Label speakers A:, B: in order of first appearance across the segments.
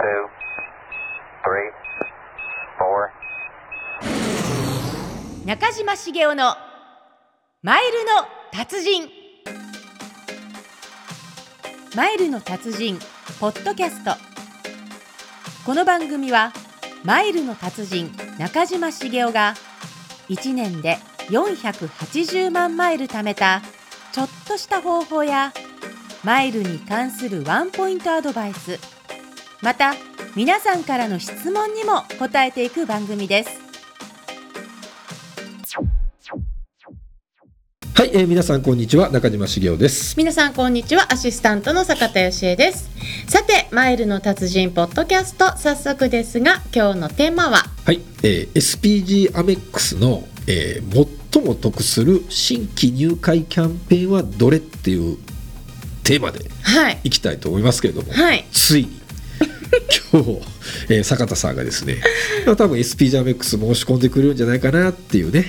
A: two, three, four.
B: 中島茂雄のマイルの達人マイルの達人ポッドキャストこの番組はマイルの達人中島茂雄が1年で480万マイル貯めたちょっとした方法やマイルに関するワンポイントアドバイスまた皆さんからの質問にも答えていく番組です
C: はい、えー、皆さんこんにちは中島茂雄です。
D: 皆さんこんにちはアシスタントの坂田芳恵ですさてマイルの達人ポッドキャスト早速ですが今日のテーマは
C: はい、えー、SPG アメックスの、えー最も得する新規入会キャンペーンはどれっていうテーマで
D: はい
C: いきたいと思いますけれども、
D: はい
C: ついに 今日、えー坂田さんがです ね、まあ、多分 SPG アメックス申し込んでくれるんじゃないかなっていう ね。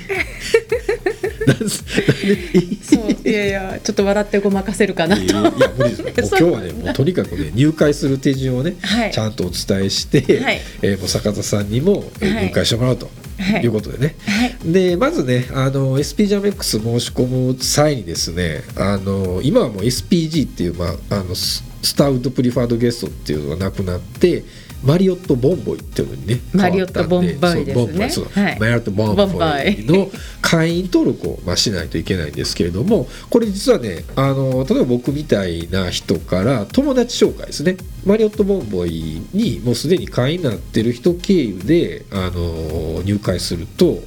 C: なんすなんでいい
D: そういやいやちょっと笑ってごまかせるかなと
C: いや無理ですもう今日はね
D: そう
C: もうとにかくね入会する手順をね、
D: はい
C: ちゃんとお伝えして、
D: はい
C: えーもう坂田さんにも、えー
D: はい
C: 入会してもらうと。、
D: はいいう
C: ことでね、
D: はい
C: でまずねあの SP ジャメックス申し込む際にですねあの今はもう SPG っていう、まあ、あのススタウトプリファードゲストっていうのがなくなってマリオット・ボンボイっていうのにね
D: マリオットボンボイ
C: 変わったんで
D: です
C: そうボンボイそう
D: ねはい
C: マリオット・ボンボ
D: ボンボ
C: イ
D: イ
C: の会員登録を、まあ、しないといけないんですけれどもこれ実はねあの例えば僕みたいな人から友達紹介ですねマリオット・ボンボイにもうすでに会員になってる人経由であの入会すると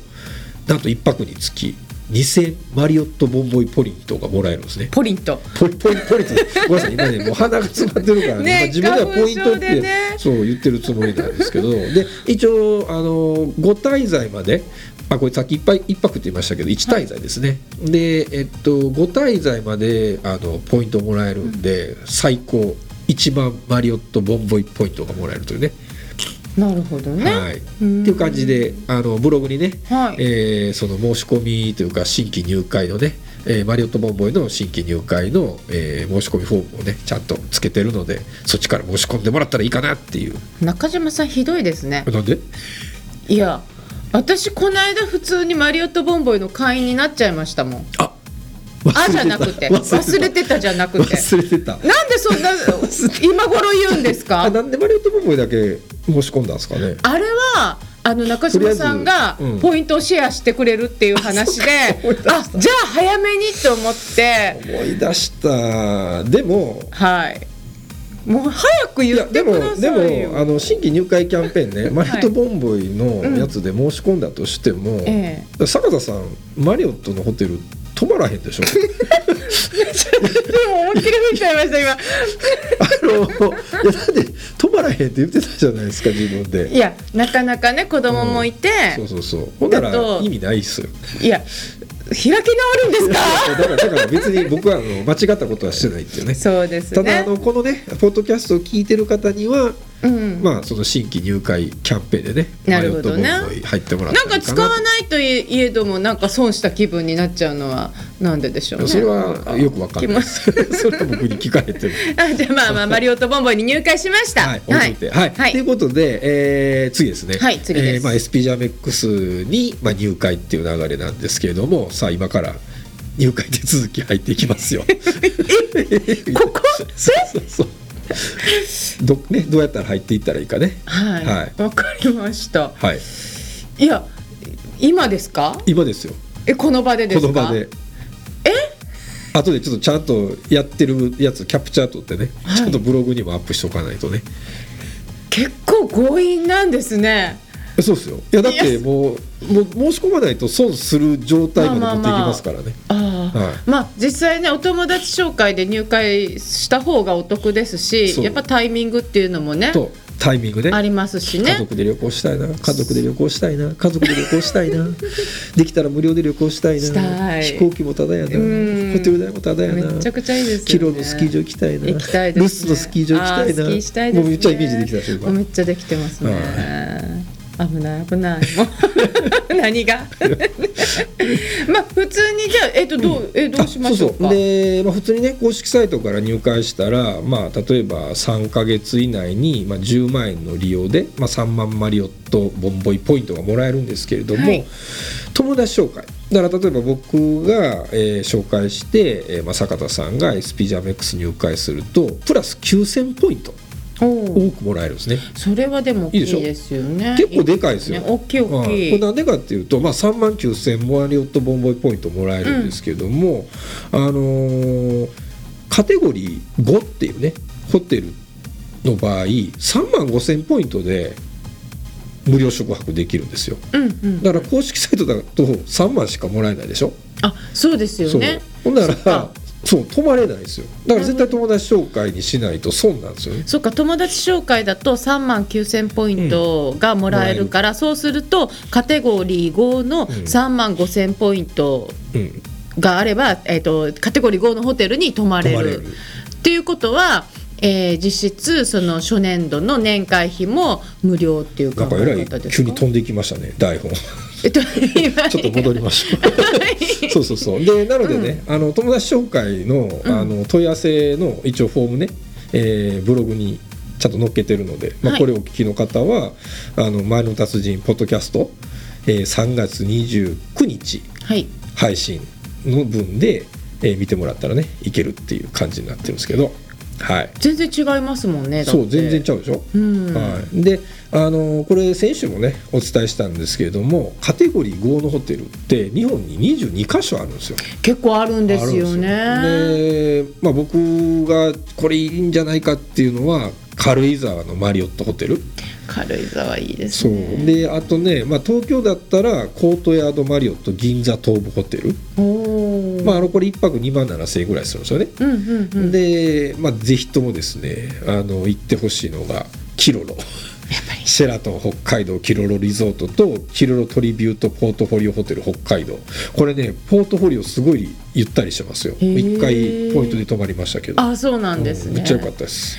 C: なんと1泊につき2000マリオット・ボンボイポリントがもらえるんですね。
D: ポリンと
C: ポリポリポリってごめんなさい今ねもう鼻が詰まってるからね
D: ね
C: まあ自分ではポイントっ
D: 花粉
C: て、
D: 症でね
C: そう言ってるつもりなんですけどで一応あの5滞在まであこれさっきいっぱい一泊って言いましたけど1滞在ですね、でえっと5滞在まであのポイントもらえるんで、最高1万マリオットボンボイポイントがもらえるというね
D: なるほどね
C: はい、って
D: うん
C: いう感じであのブログにね、
D: はい
C: えーその申し込みというか新規入会のね、えーマリオットボンボイの新規入会の、えー申し込みフォームをねちゃんとつけてるのでそっちから申し込んでもらったらいいかなっていう
D: 中島さんひどいですね
C: なんで
D: いや私この間普通にマリオットボンボイの会員になっちゃいましたもん
C: あ
D: あじゃなくて忘れてたじゃなくて
C: 忘れてた
D: なんでそんな今頃言うんですか
C: あなんでマリオットボンボイだけ申し込んだんですかね
D: あれはあの中島さんが
C: とりあえずうん
D: ポイントをシェアしてくれるっていう話で、
C: そうか
D: あじゃあ早めにと思って
C: 思い出したでも
D: はいもう早く
C: い
D: 言
C: や
D: って
C: で
D: く
C: も
D: だ
C: で
D: さいよ
C: もあの新規入会キャンペーンねマリオットボンボイのやつで申し込んだとしても、
D: え
C: 坂田さんマリオットのホテル泊まらへんでしょ
D: でも思いっきり吹いちゃいました今
C: あのいやだって泊まらへんって言ってたじゃないですか自分で
D: いやなかなかね子供もいて、
C: そうそうそうほんなら
D: だと
C: 意味ないっすよ
D: いや開き直るんですか
C: だからだから別に僕はあの 間違ったことはしてないっていうね
D: そうです
C: た
D: ね
C: だあのこのねポッドキャストを聞いてる方には、
D: うん
C: まあその新規入会キャンペーンでね
D: なるほどね
C: マリオットボンボイ入ってもらった
D: な
C: ら
D: ん
C: いい
D: か使わ
C: と
D: ないといえどもなんか損した気分になっちゃうのはなんででしょうね
C: それはよくわかんないですそれは僕に聞かれても
D: あじゃあまあまあマリオットボンボイに入会しました。
C: はい、置いといて、はい、
D: はい
C: ということで、えー次ですね。
D: はい次です
C: えーまあ SP ジャメックスにまあ入会っていう流れなんですけれども、さあ今から入会手続き入っていきますよ。 ここ？そうそうそう。どねどうやったら入っていったらいいかね。
D: はいわ、
C: はい
D: かりました。
C: はい。
D: いや今ですか？
C: 今ですよ。
D: えこの場でです
C: こ
D: か？
C: の場で。え？後でちょっとちゃんとやってるやつキャプチャー取ってね、
D: はい
C: ちゃんとブログにもアップしておかないとね。
D: 結構強引なんですね。
C: そうですよいやだってもうもう申し込まないと損する状態まで持っていきますからね、
D: ああ、
C: はい
D: まあ実際ねお友達紹介で入会した方がお得です
C: そ
D: し、
C: う
D: やっぱタイミングっていうのもね
C: とタイミングね
D: ありますし
C: 家
D: ね。
C: 族で旅行したいな家族で旅行したいな家族で旅行したいなできたら無料で旅行したいな
D: したい
C: 飛行機もただやなホ
D: うん
C: テル代もただや
D: め
C: な
D: ちゃくちゃいいです
C: キ
D: よね。
C: ロのスキー場行きたいな
D: 行きたいです、ね。
C: ルスのスキー場行きたいな
D: あースキーしたいです、ね。
C: もうめっちゃイメージできたでしょ今
D: もうめっちゃできてますね。
C: は
D: 危ない危ないもう 何がまあ普通にじゃあえっとどう、えどうしましょう
C: あそうそう
D: か
C: で、まあ、普通にね公式サイトから入会したら、まあ、例えば3ヶ月以内に、まあ、10万円の利用で、まあ、3万マリオットボンボイポイントがもらえるんですけれども、
D: はい
C: 友達紹介だから例えば僕が、えー紹介して、えーまあ、坂田さんが SP ジャム X 入会するとプラス9000ポイント
D: おう
C: 多くもらえるんですね。
D: それはでも
C: い
D: 大
C: いでし
D: き
C: ょ
D: いですよね
C: 結構でかいですよ
D: ね大きい大き
C: はい
D: い、
C: これなんでかっていうと、まあ、3万9000マリオットボンボイポイントもらえるんですけども、あのーカテゴリー5っていうねホテルの場合3万5000ポイントで無料宿泊できるんですよ
D: うんうん
C: だから公式サイトだと3万しかもらえないでしょ、
D: あそうですよ
C: そう
D: ね
C: ほんな
D: そっから
C: そう泊まれないですよだから絶対友達紹介にしないと損なんですよね
D: そっか友達紹介だと3万9000ポイントがもらえるから、そうするとカテゴリー5の3万5000ポイント
C: うん
D: があれば、えっとカテゴリー5のホテルに泊ま
C: 泊
D: れ
C: まれ
D: る
C: る。
D: っていうことは、えー実質その初年度の年会費も無料っていう
C: な
D: 考
C: んかえら
D: え
C: い
D: 方で
C: 急
D: す
C: に
D: か
C: 飛んできましたね台本
D: えっと今
C: ちょっと戻りま しょう。そうそうそう。でなのでね、あの友達紹介のあの問い合わせの一応フォームね、えーブログにちゃんと載っけてるので、まあ
D: はい
C: これをお聞きの方はあの前の達人ポッドキャスト、えー3月29日
D: はい
C: 配信の分で、えー見てもらったらねいけるっていう感じになってるんですけど、はい。
D: 全然違いますもんねだって
C: そう全然ちゃうでしょ。
D: うん、
C: はい、であのこれ先週もねお伝えしたんですけれどもカテゴリー5のホテルって日本に22箇所あるんですよ。
D: 結構あるんですよ
C: ある
D: ね
C: んですよで、まあ、僕がこれいいんじゃないかっていうのは軽井沢のマリオットホテル
D: 軽井沢いいです
C: そう
D: ね
C: であとね、まあ、東京だったらコートヤードマリオット銀座東部ホテル、
D: おー
C: まあ、あのこれ1泊2万7000円ぐらいするんですよね。
D: うんうんうん
C: で、まあ、ぜひともですねあの行ってほしいのがキロロシェラトン北海道キロロリゾートとキロロトリビュートポートフォリオホテル北海道これねポートフォリオすごいゆったりしてますよ
D: へー
C: 一回ポイントで泊まりましたけど
D: あそうなんです
C: うん
D: ね、
C: めっちゃ良かったです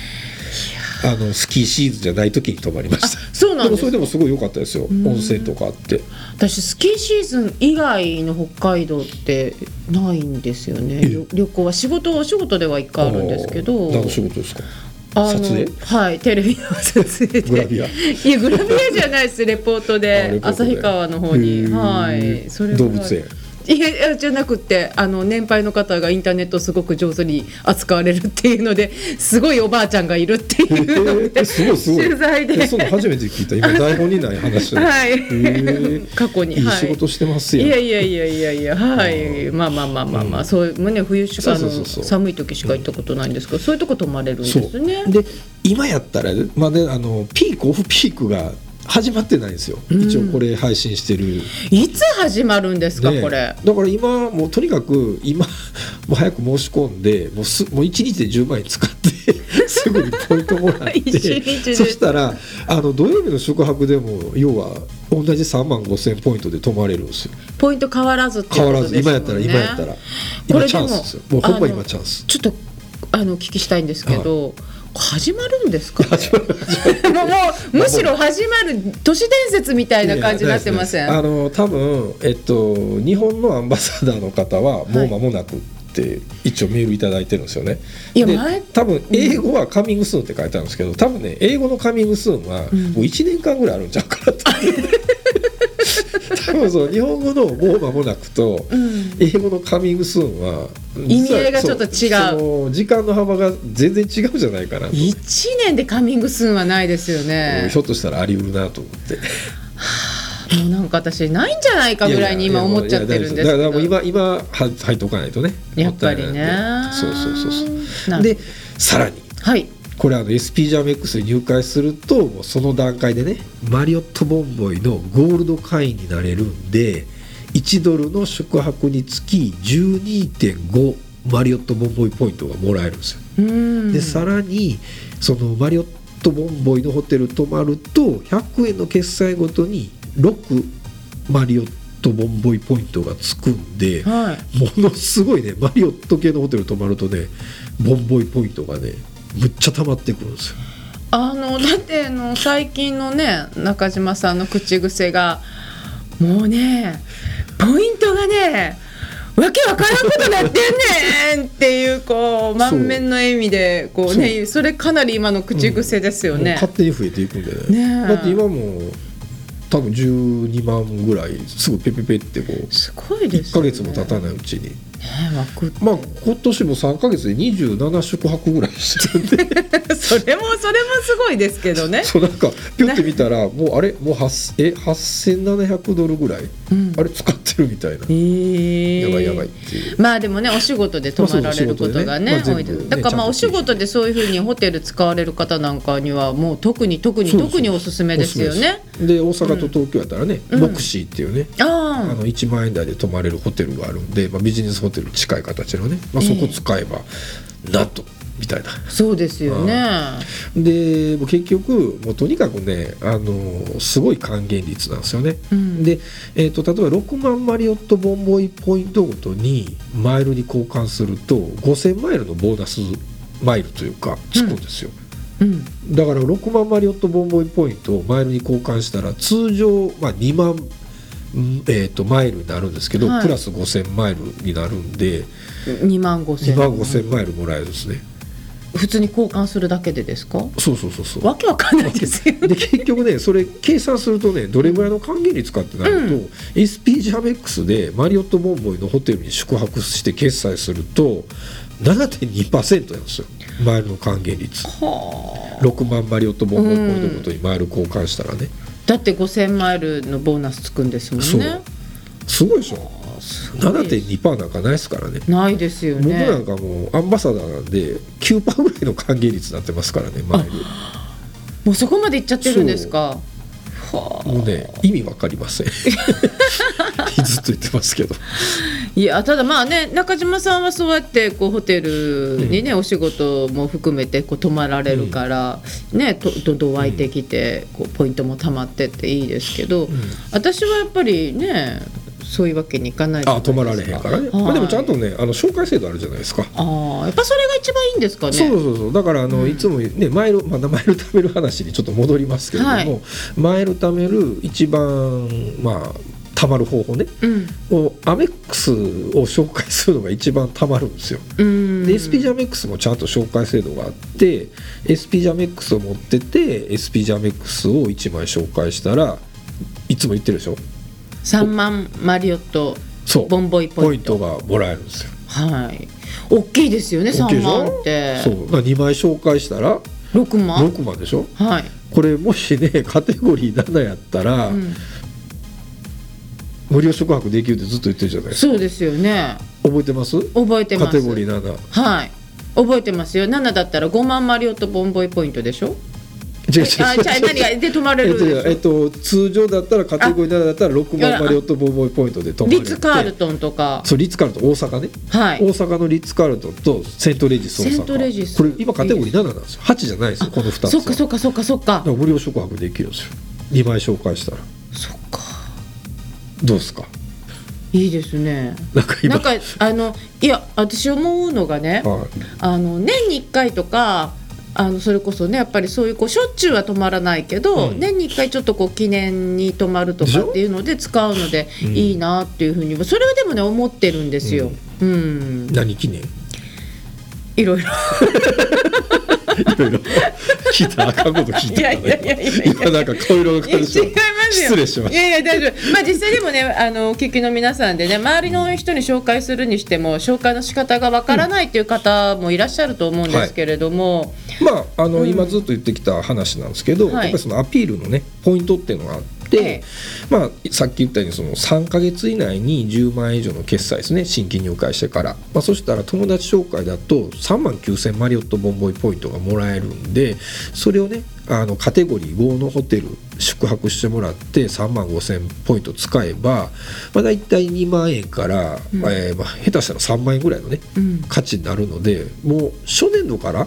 C: あのスキーシーズンじゃない時に泊まりました
D: そうな
C: で
D: ん
C: も
D: で
C: それ
D: す
C: でもすごい良かったですよ
D: ん
C: 温泉とかあって
D: 私スキーシーズン以外の北海道ってないんですよね
C: え
D: 旅旅行は仕事お仕事では一回あるんですけど
C: あー何の仕事ですか
D: あの
C: 撮影
D: はいテレビの撮影で
C: グラビア
D: いやグラビアじゃないですレポート
C: あレ
D: で
C: ポートで
D: 旭川の方に
C: へー
D: はいそれぐら
C: 動
D: い
C: 物園
D: いやいやじゃなくてあの年配の方がインターネットをすごく上手に扱われるっていうのですごいおばあちゃんがいるって
C: え
D: いうので、
C: ー、すごいすごい
D: 取材で
C: えそんな初めて聞いた 今台本にない話だ
D: はい
C: へー
D: 過去に
C: いい
D: はい
C: 仕事してますやん
D: いやいやいやいやいや、はい、まあまあまあまあまあ、そういう、ね、冬しか、あ
C: そう
D: の、
C: そうそうそう
D: 寒い時しか行ったことないんですけど、そういうとこ泊まれるんで
C: そう
D: すね。
C: で今やったら、まあね、あのピークオフピークが始まってないんですよ、一応これ配信してる
D: いつ始まるんですか、
C: ね
D: これ。
C: だから今もうとにかく今もう早く申し込んでもうすもう1日で10万円使って すぐにポイントもらっ
D: 一日
C: て
D: で
C: そしたらあの土曜日の宿泊でも要は同じ3万5000ポイントで泊まれるんですよ
D: ポイント変わらずっていう
C: 変
D: こ
C: わら
D: と
C: ず
D: です
C: 今
D: もん
C: やった
D: ね。
C: ら今やったら
D: これ
C: 今
D: で
C: チャンスですよもうほんま今チャンス
D: ちょっと、あの、お聞きしたいんですけど。始まるんですか、ね、 もうもうむしろ始まる都市伝説みたいな感じになってません
C: いやないですないですあの多分えっと日本のアンバサダーの方はもう間もなくって一応メールいただいてるんですよね。
D: いや
C: で
D: 前
C: 多分英語はカミングスーンって書いてあるんですけど多分ね英語のカミングスーンはもう1年間ぐらいあるんちゃうかな と。多分そう日本語のもう間もなくと、
D: ん
C: 英語のカミングスーンは
D: 意味合いがちょっと違う
C: 実はそうその時間の幅が全然違うじゃないかなと、
D: 一年でカミングスーンはないですよね
C: ひょっとしたらありうるなと思って。
D: もうなんか私ないんじゃないかぐらいに今思っちゃってるんですけ
C: いやいやいやもう
D: ど
C: だからもう今今は入っておかないとね
D: やっぱり
C: もたい
D: ね
C: ないんでそうそうそうそ
D: な
C: う
D: る
C: でさらに
D: はい
C: これあの SP ジャム X に入会するともうその段階でねマリオットボンボイのゴールド会員になれるんで1ドルの宿泊につき12.5マリオットボンボイポイントがもらえるんですよ
D: うん
C: でさらにそのマリオットボンボイのホテル泊まると100円の決済ごとに6マリオットボンボイポイントがつくんでも
D: はい
C: のすごいねマリオット系のホテル泊まるとねボンボイポイントがねむっちゃ溜まってくるんですよ
D: あのだってあの最近のね中島さんの口癖がもうねポイントがねわけわからんことなってんねんっていうこう 満面の笑みでこうねそれかなり今の口癖ですよ
C: もう
D: ね。
C: 勝手に増えていくんだよ
D: ねえ
C: ねだって今も多分12万ぐらいすぐペペペってこう
D: すごいです
C: 1ヶ
D: よね。
C: 月も経たないうちに
D: ね枠って
C: まあ今年も3ヶ月で27宿泊ぐらいしてるんで
D: それもそれもすごいですけどね。
C: そうなんかピュって見たらもうあれもう8え8700ドルぐらい、
D: うん
C: あれ使ってるみたいな、
D: えー
C: やばいやばいっていう
D: まあでもねお仕事で泊まられることがね
C: まあそう
D: 多
C: お仕事でねま
D: いで
C: あ全部
D: す
C: ね
D: だからまあお仕事でそういうふうにホテル使われる方なんかにはもう特に特に特におすすめですよね
C: おすすめですで大阪と東京やったらね、
D: うん
C: ボクシーっていうね、
D: あ
C: あ
D: あ
C: の1万円台で泊まれるホテルがあるんで、まあ、ビジネスホテルに近い形のね、まあ、そこ使えばなんとみたいな
D: そうですよね
C: でもう結局もうとにかくねあのすごい還元率なんですよね、
D: うん
C: で、えー、と例えば6万マリオットボンボイポイントごとにマイルに交換すると5000マイルのボーナスマイルというかつくんですよ、
D: うん
C: だから6万マリオットボンボイポイントをマイルに交換したら通常、まあ、2万、うんえー、とマイルになるんですけど、
D: はい
C: プラス5000マイルになるんで
D: 2万5千
C: 2万5000マイルもらえるんですね、
D: 普通に交換するだけでですか
C: そうそうそうそう
D: わけわかんないですよ
C: で結局ねそれ計算するとねどれぐらいの還元率かってなると、SP ジャベックスでマリオットボンボイのホテルに宿泊して決済すると7.2%なんですよマイルの還元率
D: はあ
C: 6万マリオットボンボイポイントごとにマイル交換したらね、
D: だって5000マイルのボーナスつくんですも
C: そ
D: んね
C: うすごいでしょ
D: すごい
C: 7.2%なんかないですからね
D: ないですよ
C: 僕なん
D: ね
C: かもうアンバサダーなんで9%ぐらいの還元率になってますからねマイル
D: もうそこまでいっちゃってるんですかはあ
C: もうね意味わかりませんずっと言ってますけど
D: いやただまあね中島さんはそうやってこうホテルにね、お仕事も含めてこう泊まられるから、ねとどんどん湧いてきて、こうポイントも貯まってっていいですけど、私はやっぱりねそういうわけにいかないじゃな
C: あ
D: いです
C: 泊まられへんからね、まあ、でもちゃんとねあの紹介制度あるじゃないですか、
D: ああやっぱそれが一番いいんですかね
C: そうそうそうだからあの、いつもねマイルまだマイル貯める話にちょっと戻りますけれども、
D: はい
C: マイル貯める一番まあ貯まる方法ね
D: うん
C: をアメックスを紹介するのが一番貯まるんですよ
D: うん
C: で SP ジャメックスもちゃんと紹介制度があって SP ジャメックスを持ってて SP ジャメックスを1枚紹介したらいつも言ってるでしょ
D: 3万マリオット
C: そう
D: ボンボイポ
C: ポ
D: イ
C: イ
D: ン
C: ン
D: ト
C: トがもらえるんですよ
D: はい大きいですよね
C: 大きい
D: 3
C: でし
D: 万
C: ょ
D: って
C: そうだから2枚紹介したら
D: 6万
C: 6万でしょ
D: はい、
C: これもしねカテゴリー7やったら、
D: うん、
C: 無料宿泊できるってずっと言ってるじゃないですか
D: そうですよね
C: 覚えてます
D: 覚えてます
C: カテゴリー7
D: はい覚えてますよ7だったら5万マリオットボンボイポイントでしょ
C: 違う違う
D: あじゃあ何がで泊まれ
C: えっ
D: る
C: と
D: で
C: えっ
D: し
C: と通常だったらカテゴリー7だったら6
D: いや
C: 万マリオットボンボイポイントで泊
D: ょ
C: まれ
D: リ
C: る
D: ッツ・カールトンとか
C: そうリッツカールトン大阪ね、
D: はい
C: 大阪のリッツカールトンとセントレジス大阪
D: セントレジス
C: これ今カテゴリー7なんですよ8じゃないですよこの2つは
D: そっかそっかそっかそっか
C: だから無料宿泊できるんですよ2枚紹介したら
D: そっか
C: どうですか
D: いいですね
C: なんか今
D: なんかあのいや私思うのがね
C: はい
D: あの年に1回とかあのそれこそねやっぱりそういうこうしょっちゅうは泊まらないけど、
C: うん
D: 年に1回ちょっとこう記念に泊まると
C: でし
D: か
C: ょ
D: っていうので使うので
C: うん
D: いいなっていうふうに、それはでもね思ってるんですよ。うん、
C: 何記念
D: いろいろ
C: いろいろ聞いたらあかんこと聞いてた
D: いやいやいやいやいや
C: 今今なんか顔 色の
D: いや
C: 感
D: 違います
C: じ
D: よ。
C: 失礼しま
D: い
C: し
D: やいや大丈夫。まあ実際でもねあのお聞きの皆さんでね周りの人に紹介するにしても紹介の仕方がわからないっていう方もいらっしゃると思うんですけれども、
C: たまああの、今ずっと言ってきた話なんですけど、
D: はい
C: やっぱりそのアピールのねポイントっていうのがあって、
D: ええ
C: まあさっき言ったようにその3か月以内に10万円以上の決済ですね新規入会してから、まあ、そしたら友達紹介だと3万9000マリオットボンボイポイントがもらえるんでそれをねあのカテゴリー5のホテル宿泊してもらって3万5000ポイント使えば、まあ、大体2万円から、えーまあ、下手したら3万円ぐらいのね、
D: うん
C: 価値になるのでもう初年度から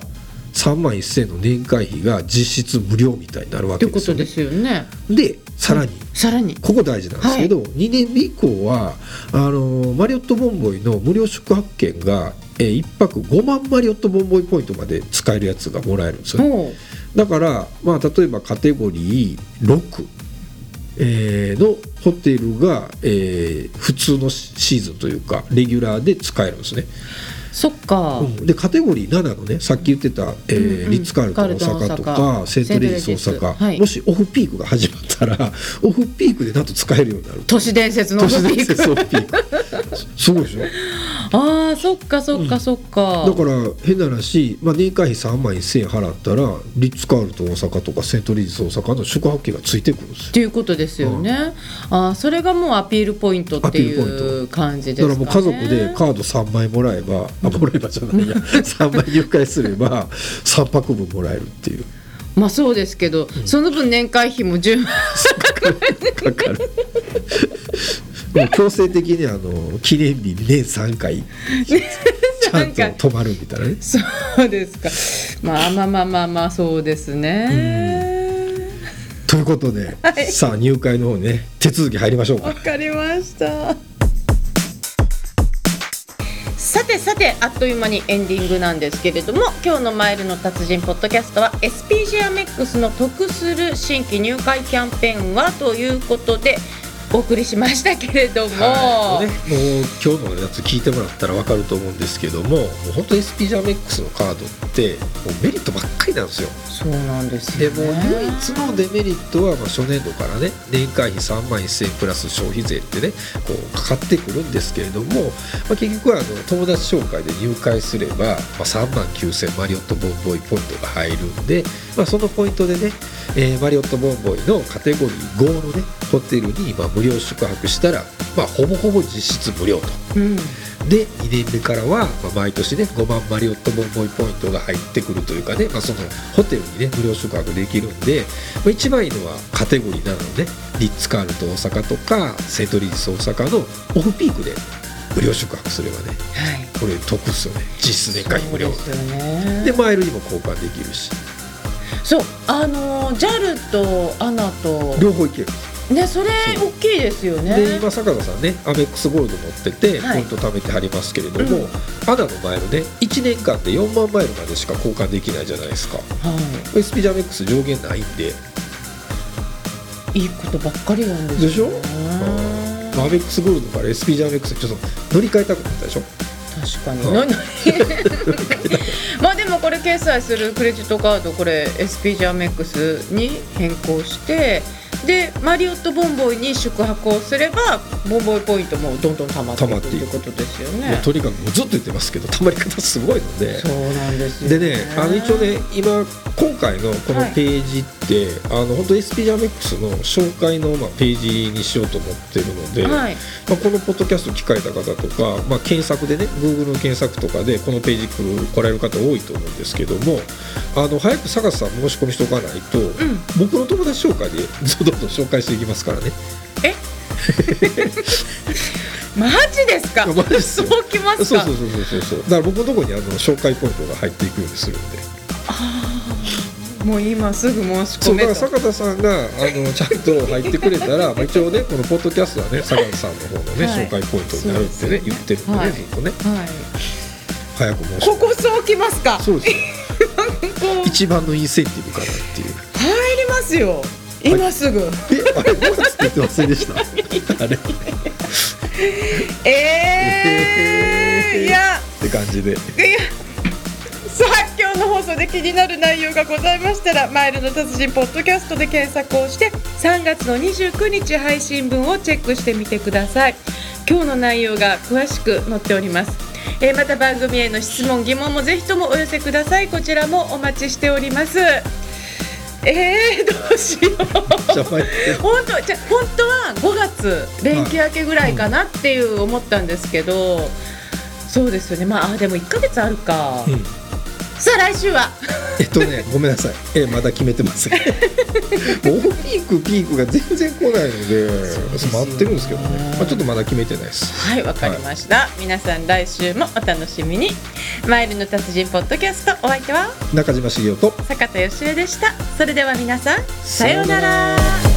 C: 3万1000の年会費が実質無料みたいになるわ
D: と
C: け
D: いう
C: で
D: こ
C: すよ
D: と
C: ね、
D: ですよね。
C: でさらに、
D: さらに、
C: ここ大事なんですけど、2年目以降はあのマリオットボンボイの無料宿泊券がえー、1泊5万マリオットボンボイポイントまで使えるやつがもらえるんですよね
D: おう
C: だから、まあ、例えばカテゴリー6、えーのホテルが、えー普通のシーズンというかレギュラーで使えるんですね、
D: そっか、
C: うんでカテゴリー7のねさっき言ってた、えー
D: うんうん
C: リッツ・カールトン大阪と
D: カルトン大
C: か
D: 阪
C: セントレジス大
D: セントレジ
C: 阪、
D: スはい
C: もしオフピークが始まったらオフピークでなんと使えるようになる
D: 都市伝説の
C: 都
D: オフ
C: 市
D: ピ
C: 伝
D: ーク
C: 説オフピークすすごいでしょ
D: ああそっかそっかそっか、
C: だから変な話、まあ、年会費3万1000円払ったらリッツ・カールトン大阪とかセントレジス大阪の宿泊券がついてくるんですよ
D: っていうことですよね、ああそれがもうアピールポイントってい
C: アピールポイ
D: う感じです
C: だ
D: か、
C: からも
D: ね、
C: う家族でカード3枚もらえば、あもらえばじゃないや3枚入会すれば3泊分もらえるってい う
D: まあそうですけど、その分年会費も10万
C: かかるもう強制的にあの記念日に年3回 ちゃん
D: 回
C: と泊まるみたいなね
D: そうですかまあまあまあまあまあそうですね
C: ということで、
D: はい
C: さあ入会の方にね手続き入りましょう
D: わ
C: か
D: かりましたさてさてあっという間にエンディングなんですけれども今日の「マイルの達人」ポッドキャストは SPG アメックスの得する新規入会キャンペーンはということでお送りしましたけれども、
C: はいもうね、もう今日のやつ聞いてもらったら分かると思うんですけどももう本当 SP ジャメックスのカードってもうメリットばっかりなんですよ
D: そうなんです
C: で
D: よ、
C: も
D: ね、
C: 唯一のデメリットは、まあ、初年度からね年会費3万1000円プラス消費税ってねこうかかってくるんですけれども、まあ、結局はあの友達紹介で入会すれば、まあ、3万9000マリオットボンボイポイントが入るんで、まあ、そのポイントでね、えーマリオットボンボイのカテゴリー5のねホテルにまあ無料宿泊したら、まあ、ほぼほぼ実質無料と。
D: うん、
C: で2年目からは、まあ、毎年ね5万マリオットボンボイポイントが入ってくるというかね、まあ、そのホテルにね無料宿泊できるんで、まあ、一番いいのはカテゴリーなので、ね、リッツ・カールト大阪とかセントリーズ大阪のオフピークで無料宿泊すればね
D: はい
C: これ得っすよね実質年会費無料
D: そうですよね
C: でマイルにも交換できるし
D: そうあのー JAL とアナと
C: 両方いける
D: ねそれ
C: そう
D: 大きいですよね
C: で今坂田さんねアメックスゴールド持ってて
D: は
C: ポイ
D: い
C: ント貯めてはりますけれども、
D: うん
C: アナのマイルね1年間で4万マイルまでしか交換できないじゃないですか
D: は
C: SP ジャメックス上限ないんで、
D: いいいことばっかりなんですよね
C: でしマーベックスゴールドから SP ジャメックスにちょっと乗り換えたくなったでしょ
D: 確かに、
C: うん
D: なな まあでもこれ決済するクレジットカードこれ SP ジャメックスに変更してでマリオットボンボイに宿泊をすればボンボイポイントもどんどん溜まってい
C: 溜まっ
D: くと
C: てい
D: いう
C: く
D: ことですよ
C: も
D: ね
C: う。とにかくもうずっと言ってますけどたまり方すごいので
D: そうなんですよ、
C: でねあの一応ね今今回のこのページって、あの本当 SP ジャメックスの紹介の、まあ、ページにしようと思ってるので、
D: はい、
C: まあ、このポッドキャスト聞かれた方とか、まあ、検索でね Google の検索とかでこのページ来る来られる方多いと思うんですけどもあの早く坂田さん申し込みしとかないと、
D: うん
C: 僕の友達紹介でどんどん紹介していきますからね。
D: マジですか
C: いやマジですよ
D: そうきます
C: そう
D: か
C: そうそうそうそうそうだから僕のところにあの紹介ポイントが入っていくようにするんで
D: もう今すぐ申し
C: そ
D: 込
C: うだ
D: め
C: から
D: と
C: 坂田さんがあのちゃんと入ってくれたら まあ一応ねこのポッドキャストはね坂田さんの方のね、
D: はい
C: 紹介ポイントになるって
D: そう
C: ね
D: ですね
C: 言ってるんでね、
D: はい
C: ずっとね
D: はい、
C: 早く申し込
D: ここそうきますか
C: むそうですよ
D: こう
C: 一番のインセンティブかなっていう
D: 入りますよ今すぐ、
C: え、あれ、5月って言ってませんでした。あれ、っ
D: ええー、いや
C: て感じで。
D: いやさあ今日の放送で気になる内容がございましたら「マイルの達人」ポッドキャストで検索をして3月の29日配信分をチェックしてみてください今日の内容が詳しく載っておりますえーまた番組への質問疑問もぜひともお寄せくださいこちらもお待ちしておりますえー、どうしよう
C: じゃ、入って。
D: 本当じゃ本当は5月連休明けぐらいかなっていう思ったんですけど、そうですよねまああでも1か月あるか、
C: うん
D: さあ来週は
C: えっとね、ごめんなさい。え、まだ決めてません。もうオフピーク、ピークが全然来ないので、
D: すよ
C: 待ってるんですけどね。まあ、ちょっとまだ決めてないです。
D: はいわかりました、皆さん来週もお楽しみにマイルの達人ポッドキャストお相手は
C: 中島茂雄と。
D: 坂田芳恵でしたそれでは皆さんさよう
C: さよ
D: な
C: うな
D: ら